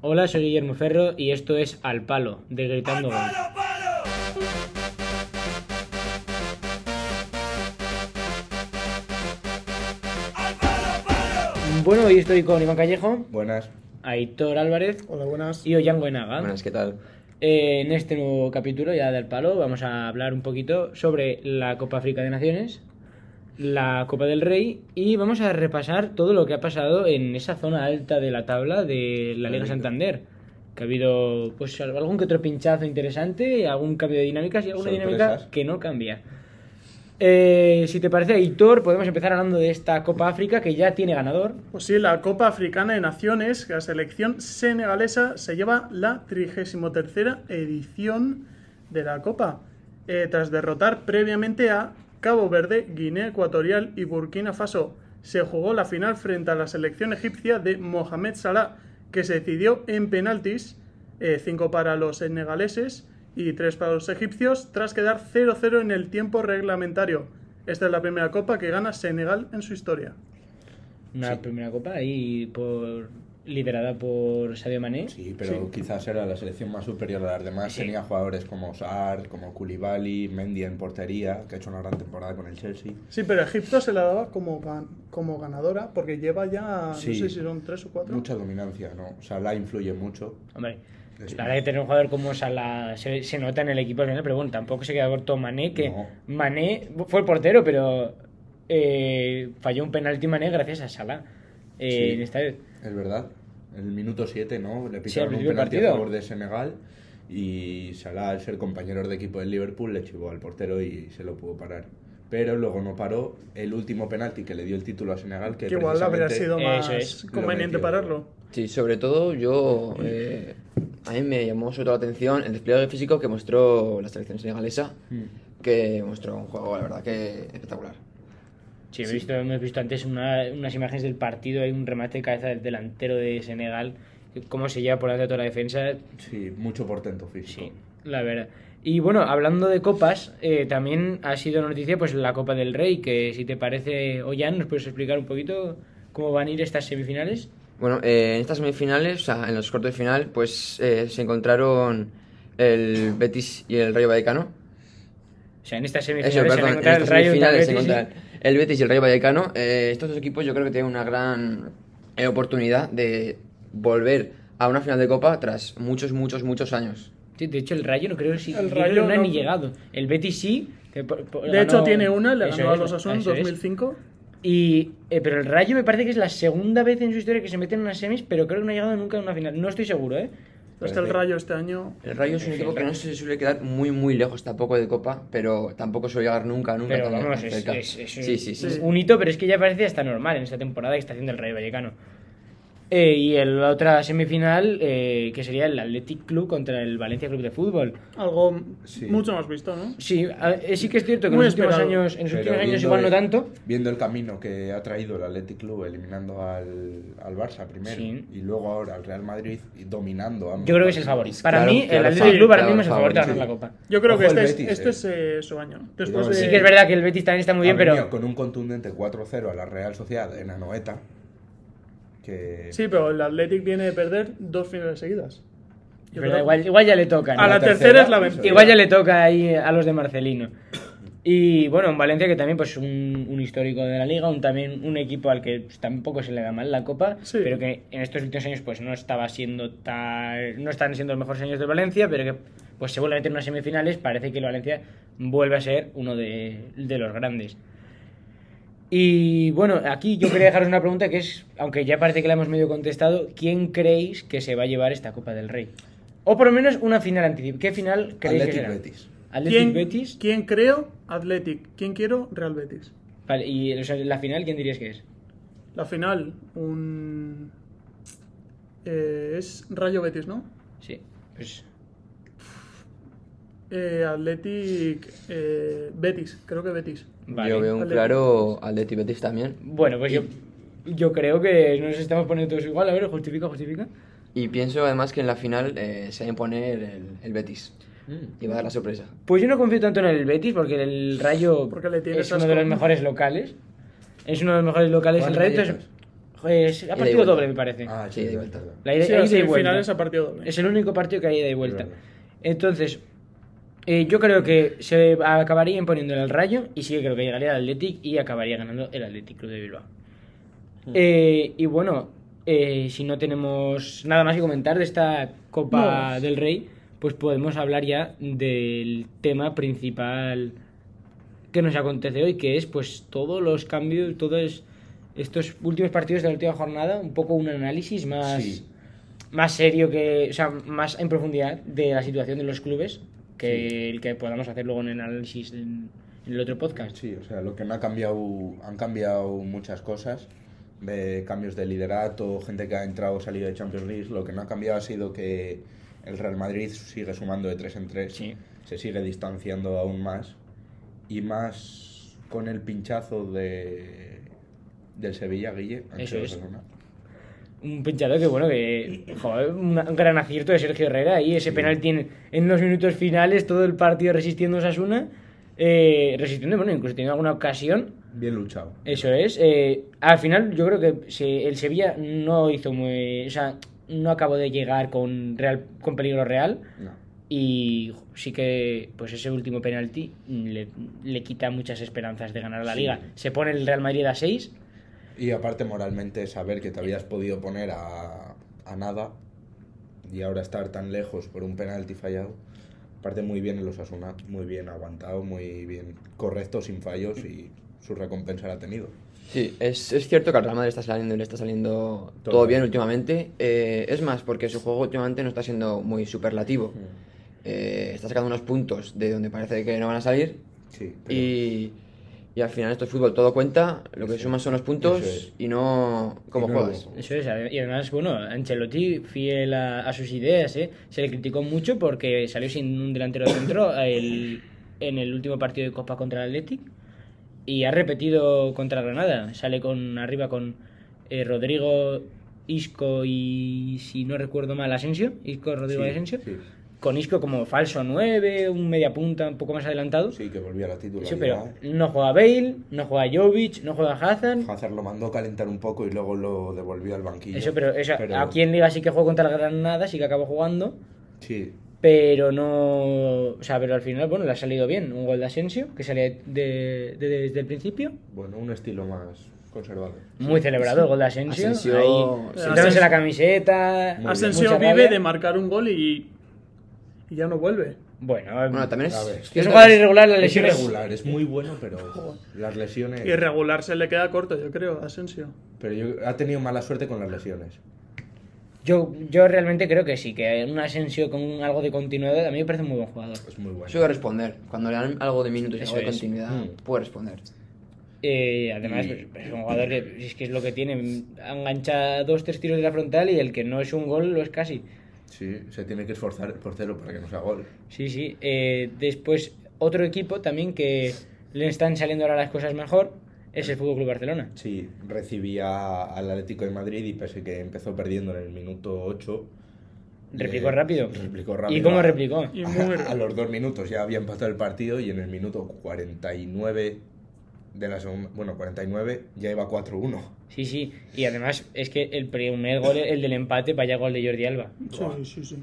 Hola, soy Guillermo Ferro y esto es Al Palo, de Gritando Gol. Bueno, hoy estoy con Iván Callejo, Buenas. Aitor Álvarez Hola, buenas. y Ollán Goenaga. Buenas, ¿qué tal? Eh, en este nuevo capítulo ya del palo vamos a hablar un poquito sobre la Copa África de Naciones, la Copa del Rey y vamos a repasar todo lo que ha pasado en esa zona alta de la tabla de la Liga Correcto. Santander. Que ha habido pues algún que otro pinchazo interesante, algún cambio de dinámicas y alguna dinámica Sorpresas. que no cambia. Eh, si te parece, Aitor, podemos empezar hablando de esta Copa África que ya tiene ganador. Pues sí, la Copa Africana de Naciones, la selección senegalesa se lleva la 33 edición de la Copa, eh, tras derrotar previamente a Cabo Verde, Guinea Ecuatorial y Burkina Faso. Se jugó la final frente a la selección egipcia de Mohamed Salah, que se decidió en penaltis, 5 para los senegaleses y 3 para los egipcios, tras quedar 0-0 en el tiempo reglamentario. Esta es la primera Copa que gana Senegal en su historia. Una Sí. primera Copa ahí por, liderada por Sadio Mané. Sí, pero Sí. quizás era la selección más superior a las demás. Sí. Tenía jugadores como Sar, como Koulibaly, Mendy en portería, que ha hecho una gran temporada con el Chelsea. Sí, pero Egipto se la daba como, gan- como ganadora porque lleva ya, Sí. no sé si son tres o cuatro. Mucha dominancia, ¿no? Salah influye mucho. Hombre, Es- la verdad que tener un jugador como Salah se, se nota en el equipo, al final, pero bueno, tampoco se queda corto Mané, que No. Mané fue el portero, pero eh, falló un penalti Mané gracias a Salah. Eh, Sí. en esta vez. Es verdad. En el minuto 7, ¿no? Le Sí, al pisaron un principio del penalti partido. a favor de Senegal y Salah, al ser compañero de equipo del Liverpool, le chivó al portero y se lo pudo parar. Pero luego no paró el último penalti que le dio el título a Senegal, que, que igual habría precisamente- sido más Eso es. Lo conveniente metió. pararlo. Sí, sobre todo yo. eh, a mí me llamó sobre todo la atención el despliegue físico que mostró la selección senegalesa, Mm. que mostró un juego, la verdad, que espectacular. Sí, he visto, hemos visto antes una- unas imágenes del partido, hay un remate de cabeza del delantero de Senegal, que cómo se lleva por delante toda la defensa, Sí, mucho portento físico. Sí, la verdad. Y bueno, hablando de copas, eh, también ha sido noticia pues la Copa del Rey, que si te parece, Ollán, ¿nos puedes explicar un poquito cómo van a ir estas semifinales? Bueno, eh, en estas semifinales, o sea, en los cuartos de final, pues eh, se encontraron el Betis y el Rayo Vallecano. O sea, en estas Eso, semifinales se van perdón, a en encontrar el estas Rayo y el semifinales se Betis, ¿sí? encontraron el Betis y el Rayo Vallecano. Eh, estos dos equipos yo creo que tienen una gran eh, oportunidad de volver a una final de Copa tras muchos, muchos, muchos años. Sí, de hecho el Rayo no creo que sí, El yo creo que Rayo no ha no- ni llegado. El Betis sí. que por- por- De ganó- hecho, tiene una, le Eso ganó a es, los Asun eso es. 2005. Y, eh, pero el Rayo me parece que es la segunda vez en su historia que se mete en unas semis, pero creo que no ha llegado nunca a una final. No estoy seguro, ¿eh? Hasta el Parece- Rayo este año. El Rayo es un Sí, equipo el que Rayo. no se suele quedar muy, muy lejos tampoco de Copa, pero tampoco suele llegar nunca, nunca Pero tan- tan vamos, es, cerca. es- es un, sí, sí, sí. Sí. un hito, pero es que ya parece hasta normal en esta temporada que está haciendo el Rayo Vallecano. Eh, y el- la otra semifinal, eh, que sería el Athletic Club contra el Valencia Club de Fútbol. Algo m- Sí. mucho más visto, ¿no? Sí, a- eh, sí que es cierto que en Muy los últimos esperado. años, en los Pero últimos años viendo igual no el- tanto. Viendo el camino que ha traído el Athletic Club, eliminando al, al Barça primero Sí. y luego ahora al Real Madrid y dominando. ambos Yo creo que es el partidos. favorito. Para Claro, mí, el claro, Athletic sí, Club ahora claro, mismo es el favorito a favorito, ganar la sí. copa. Yo creo Ojo que este, el es- Betis, este eh. es eh, su año. Después Cuidado, de... Sí que es verdad que el Betis también está muy bien, Ha pero venido Con un contundente 4-0 a la Real Sociedad en Anoeta. Que Sí, pero el Athletic viene de perder dos finales seguidas. Yo verdad, creo- igual, igual ya le toca. ¿no? A la La tercera, tercera es la vencida. Igual ya le toca ahí a los de Marcelino. Y bueno, en Valencia que también pues un, un histórico de la liga, un también un equipo al que pues, tampoco se le da mal la copa, Sí. pero que en estos últimos años pues no estaba siendo tan no están siendo los mejores años de Valencia, pero que pues se vuelve a meter en unas semifinales, parece que el Valencia vuelve a ser uno de, de los grandes. Y bueno, aquí yo quería dejaros una pregunta que es, aunque ya parece que la hemos medio contestado, ¿quién creéis que se va a llevar esta Copa del Rey? O por lo menos una final anticipada. ¿Qué final creéis Athletic que será? Betis. Athletic ¿Quién, Betis. ¿Quién creo? Athletic. ¿Quién quiero? Real Betis. Vale, y o sea, la final, ¿quién dirías que es? La final, un... eh, es Rayo Betis, ¿no? Sí, pues Eh, Athletic. eh, Betis, creo que Betis. vale. Yo veo un Atleti. claro Atleti Betis también. Bueno, pues yo, yo creo que nos estamos poniendo todos igual. A ver, justifica, justifica. Y pienso además que en la final eh, se va a imponer el, el Betis. Mm. Y va a dar la sorpresa. Pues yo no confío tanto en el Betis porque el Rayo Porque le tienes es uno asco. de los mejores locales. Es uno de los mejores locales Juan el Rayo. Vallecas. entonces- Es- Ida ha y partido vuelta. doble, me parece. Ah, Sí, sí, de es vuelta. verdad. La ida, Sí, ida las y vuelta. semifinales a partido doble. Es el único partido que hay ida y vuelta. verdad. Entonces, eh, yo creo que se acabaría imponiendo el Rayo y sí que creo que llegaría el Athletic y acabaría ganando el Athletic Club de Bilbao. Eh, y bueno, eh, si no tenemos nada más que comentar de esta Copa del Rey, pues podemos hablar ya del tema principal que nos acontece hoy, que es pues todos los cambios, todos estos últimos partidos de la última jornada, un poco un análisis más Sí. más serio que, o sea, más en profundidad de la situación de los clubes que el que podamos hacer luego en el análisis en, en el otro podcast. Sí, o sea, lo que me ha cambiado, han cambiado muchas cosas, de cambios de liderato, gente que ha entrado o salido de Champions League, lo que no ha cambiado ha sido que el Real Madrid sigue sumando de 3 en 3, Sí. se sigue distanciando aún más, y más con el pinchazo de del Sevilla, Guille, ante Eso es. Barcelona. Un pinchado que bueno, que joder, un gran acierto de Sergio Herrera y ese penal tiene en los minutos finales todo el partido resistiendo a Osasuna, eh, resistiendo, bueno, incluso teniendo alguna ocasión Bien luchado. Eso es. eh, al final yo creo que se- el Sevilla no hizo muy... O sea, no acabó de llegar con, real, con peligro real. No. Y sí que pues ese último penalti le, le quita muchas esperanzas de ganar la Sí. liga. Se pone el Real Madrid a 6. Y aparte moralmente saber que te habías podido poner a, a nada y ahora estar tan lejos por un penalti fallado. Aparte muy bien en los Asuna, muy bien aguantado, muy bien correcto, sin fallos y su recompensa la ha tenido. Sí, es, es cierto que al Real Madrid está saliendo, le está saliendo todo, Todo bien bien. últimamente. Eh, es más, porque su juego últimamente no está siendo muy superlativo. Mm. Eh, está sacando unos puntos de donde parece que no van a salir. Sí, pero Y, y al final esto es fútbol, todo cuenta. Lo que Eso suman son los Eso puntos es. y no cómo Y no juegas. lo- Eso es. ade- Y además, bueno, Ancelotti, fiel a, a sus ideas, ¿eh? se le criticó mucho porque salió sin un delantero centro el- en el último partido de Copa contra el Athletic. Y ha repetido contra Granada. Sale con arriba con eh, Rodrigo, Isco y, si no recuerdo mal, Asensio. Isco, Rodrigo sí, y Asensio. sí. Con Isco como falso 9, un media punta un poco más adelantado. Sí, que volvía a la Sí, titularidad. pero no juega Bale, no juega Jovic, no juega Hazard. Hazard lo mandó a calentar un poco y luego lo devolvió al banquillo. Eso, pero, eso, Pero- aquí en Liga sí que juego contra el Granada, sí que acabo jugando, Sí, pero no. O sea, pero al final, bueno, le ha salido bien. Un gol de Asensio, que salía de, de- desde el principio. bueno, un estilo más conservado. Muy celebrado el gol de Asensio. Asensio- ahí, Sí. quitándose la camiseta. Muy bien. Asensio mucha vive rabia. de marcar un gol y, y ya no vuelve. Bueno, Bueno, también A es, ver. es es cierto un que jugador es- irregular, las Es lesiones. irregular, es muy bueno, pero las lesiones... Y regular se le queda corto, yo creo, a Asensio. Pero yo, ha tenido mala suerte con las lesiones. Yo, yo realmente creo que sí, que un Asensio con algo de continuidad a mí me parece un muy buen jugador. Es muy bueno. Eso de responder. Cuando le dan algo de minutos y Eso algo de es. continuidad, Mm. puede responder. Eh, además, Y- pues, pues, es un jugador que es, que es lo que tiene. Engancha dos, tres tiros de la frontal y el que no es un gol lo es casi. Sí, se tiene que esforzar el portero para que no sea gol. Sí, sí. Eh, después, otro equipo también que le están saliendo ahora las cosas mejor es el Fútbol Club Barcelona. Sí, recibía al Atlético de Madrid y pese que empezó perdiendo en el minuto 8. Replicó eh, rápido. Replicó rápido. ¿Y cómo a- replicó? Y muy A, a los dos minutos ya había empatado el partido y en el minuto 49 de la segunda. Bueno, 49 ya iba 4-1. Sí, sí. Y además, es que el primer gol, el del empate, vaya gol de Jordi Alba. Sí, sí, sí.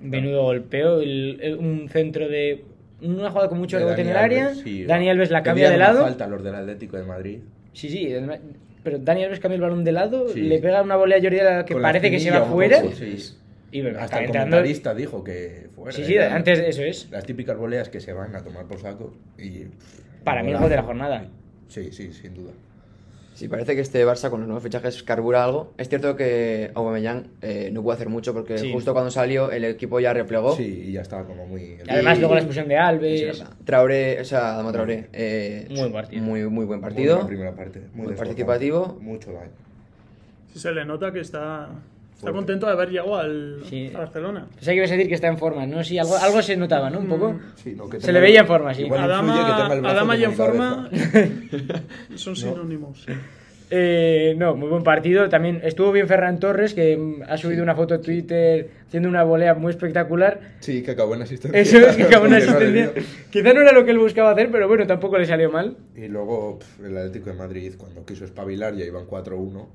Menudo golpeo, el- el- un centro de. Una jugada con mucho De rebote en el Dani área. Alves, sí, Dani Alves la cambia pedían de una lado. falta a los del Atlético de Madrid. Sí, sí. además- Pero Dani Alves cambia el balón de lado, Sí. le pega una volea a Jordi Alba que Con la parece que se va espinilla un fuera. poco, sí. Y bueno, Hasta está el entrando. comentarista dijo que fuera. Sí, sí, era- antes eso es. Las típicas voleas que se van a tomar por saco y... Para mí el gol de la jornada. Sí, sí, sin duda. Sí, parece que este Barça con los nuevos fichajes carbura algo. Es cierto que Aubameyang eh, no pudo hacer mucho porque Sí. justo cuando salió el equipo ya replegó. Sí, y ya estaba como muy... Y Además, Y- luego la expulsión de Es Alves. verdad. Traoré, o sea, Adama Traoré, eh, Muy buen partido. Muy, muy buen Muy buena partido. primera parte. Muy, Muy desbordante, participativo. Mucho daño. Sí, se le nota que está, está Fuerte. contento de haber llegado al Sí. a Barcelona. Pensé Pues que ibas a decir que está en forma, ¿no? Sí, algo, algo se notaba, ¿no? Un poco. Sí, no, que Se tenga- le veía en forma, sí. Igual influye que Adama, tenga el brazo Adama y como en mi forma cabeza. son sinónimos. Eh, no, muy buen partido. También estuvo bien Ferran Torres, que mm, ha subido una foto a Twitter haciendo una volea muy espectacular. Sí, que acabó en asistencia. Eso es que acabó una Porque, madre asistencia. mía. Quizá no era lo que él buscaba hacer, pero bueno, tampoco le salió mal. Y luego pf, el Atlético de Madrid, cuando quiso espabilar, ya iban 4-1.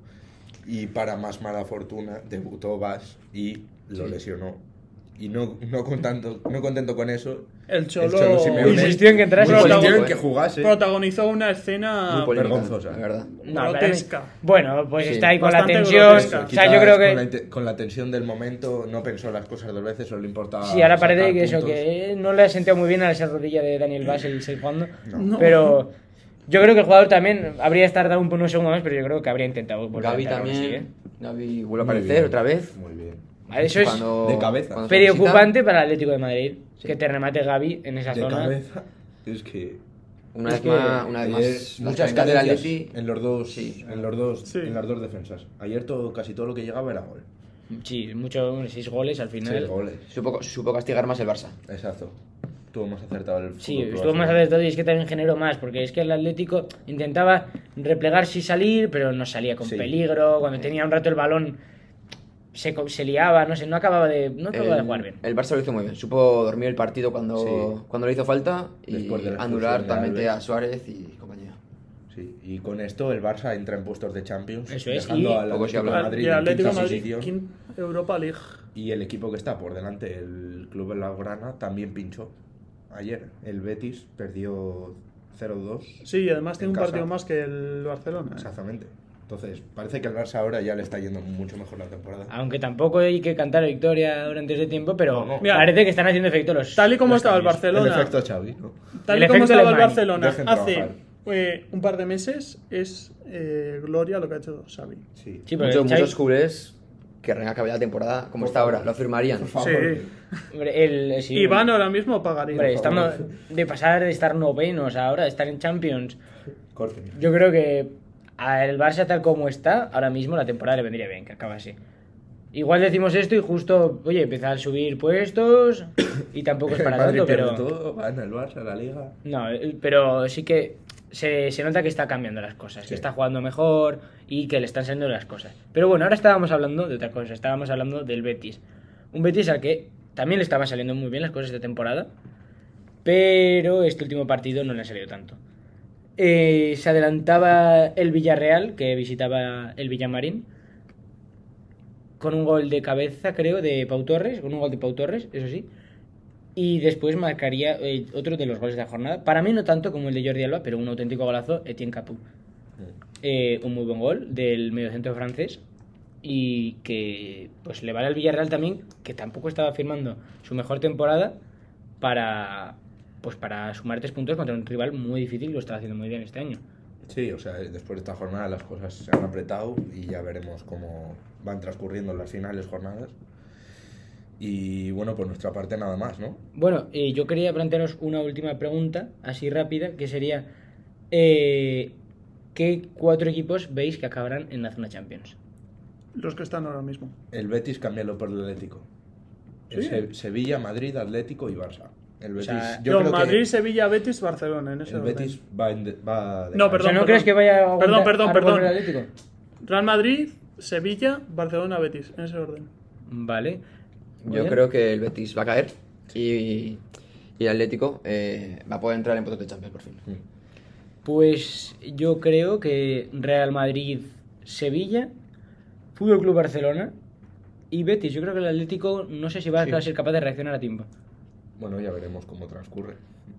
Y para más mala fortuna, debutó Bas y lo Sí. lesionó. Y no, no, contento, no contento con eso, El Cholo, Cholo Simeone. Insistió en que entrase. Muy insistió en polémico, que eh. jugase. protagonizó una escena Ah, Muy polémica, vergonzosa. la verdad. No, pero- grotesca. Bueno, pues Sí. está ahí con la Bastante tensión. O grotesca. sea, Quizás yo creo Con la, que. inte- con la tensión del momento no pensó las cosas dos veces, solo le importaba. Sí, ahora parece sacar que eso, puntos. que no le ha sentido muy bien a esa rodilla de Daniel Bass el segundo No. Pero yo creo que el jugador también habría tardado un, unos segundos más, pero yo creo que habría intentado volver a Gaby entrar aún así, también. Gaby vuelve a Muy aparecer bien, otra vez. Muy bien. ¿eh? Eso es Cuando- De cabeza. cuando se preocupante necesita, para el Atlético de Madrid. Sí. Que te remate Gaby en esa De zona. cabeza. Es que. Una Es vez que más, una vez ayer más. las Muchas caderas del carencias Atleti. En los dos. Sí. En, los dos Sí. en las dos defensas. Ayer todo, casi todo lo que llegaba era gol. Sí, muchos seis goles al final. Seis goles. Supo, supo castigar más el Barça. Exacto. Estuvo más acertado el Sí, fútbol club estuvo más Barcelona. acertado y es que también generó más, porque es que el Atlético intentaba replegarse y salir, pero no salía con Sí. peligro. Cuando tenía un rato el balón, se, co- se liaba, no sé, no acababa de, no acababa de El- jugar bien. El Barça lo hizo muy bien. Supo dormir el partido cuando, Sí. cuando le hizo falta y Después de la expulsión anular de totalmente Alves. a Suárez y compañía. Sí, y con esto el Barça entra en puestos de Champions. Eso es, Dejando y- al Poco se Atlético de habla. Madrid y en Atlético de quinta Madrid, posición. quin- Europa League. Y el equipo que está por delante, el Club Blaugrana, también pinchó. Ayer el Betis perdió 0-2. Sí, y además En tiene un casa. partido más que el Barcelona. ¿eh? Exactamente. Entonces, parece que al Barça ahora ya le está yendo mucho mejor la temporada. Aunque tampoco hay que cantar victoria durante ese tiempo, pero No, no. Mira, parece que están haciendo efecto los. Tal y como Los estaba el cambios. Barcelona. El efecto Xavi, ¿no? Tal El y como efecto estaba el Alemania. Barcelona Dejen hace trabajar. eh, un par de meses, es eh, gloria lo que ha hecho Xavi. Sí. Sí, porque Muchos, Xavi- muchos culés querrán acabar la temporada como Por está favor. ahora. Lo firmarían. Por favor. Sí. hombre, el- sí, Iván ahora mismo pagaría. hombre, por favor. estamos de pasar de estar novenos ahora, de estar en Champions. Corten. Yo creo que al Barça tal como está, ahora mismo la temporada le vendría bien, que acabase. Igual decimos esto y justo, oye, empieza a subir puestos y tampoco es para El Madrid tanto, pierde pero... todo, gana el Barça, la Liga. No, eh, pero sí que se, se nota que está cambiando las cosas, Sí. que está jugando mejor y que le están saliendo las cosas. Pero bueno, ahora estábamos hablando de otra cosa, estábamos hablando del Betis. Un Betis al que también le estaban saliendo muy bien las cosas esta temporada, pero este último partido no le ha salido tanto. Eh, se adelantaba el Villarreal, que visitaba el Villamarín, con un gol de cabeza, creo, de Pau Torres, con un gol de Pau Torres, eso sí. Y después marcaría eh, otro de los goles de la jornada. Para mí no tanto como el de Jordi Alba, pero un auténtico golazo, Etienne Capu. Eh, un muy buen gol del mediocentro francés. Y que pues le vale al Villarreal también, que tampoco estaba firmando su mejor temporada para pues para sumar tres puntos contra un rival muy difícil, lo está haciendo muy bien este año. Sí, o sea, después de esta jornada las cosas se han apretado y ya veremos cómo van transcurriendo las finales jornadas. Y bueno, por nuestra parte nada más, ¿no? Bueno, eh, yo quería plantearos una última pregunta, así rápida, que sería, eh, ¿qué cuatro equipos veis que acabarán en la zona Champions? Los que están ahora mismo. El Betis cambialo por el Atlético. El Sí. Se- Sevilla, Madrid, Atlético y Barça. El Betis, sea, yo No, creo Madrid, que Sevilla, Betis, Barcelona. En ese el orden. Betis va, en de- va de cabeza. No, O sea, ¿no perdón, perdón. crees que vaya a Perdón, aguantar- perdón, a romper perdón. el Atlético? Real Madrid, Sevilla, Barcelona, Betis. En ese orden. Vale. Muy Yo bien. creo que el Betis va a caer y, y el Atlético eh, va a poder entrar en puestos de Champions por fin. Mm. Pues yo creo que Real Madrid, Sevilla, Fútbol Club Barcelona y Betis. Yo creo que el Atlético no sé si va Sí. a ser capaz de reaccionar a tiempo. Bueno, ya veremos cómo transcurre.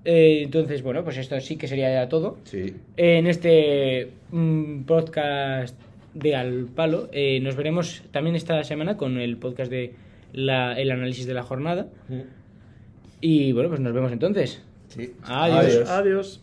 Eh, entonces, bueno, pues esto sí que sería ya todo. Sí, en este mm, podcast de Al Palo. Eh, nos veremos también esta semana con el podcast de la- el análisis de la jornada. Y bueno, pues nos vemos entonces. sí. Adiós. Adiós.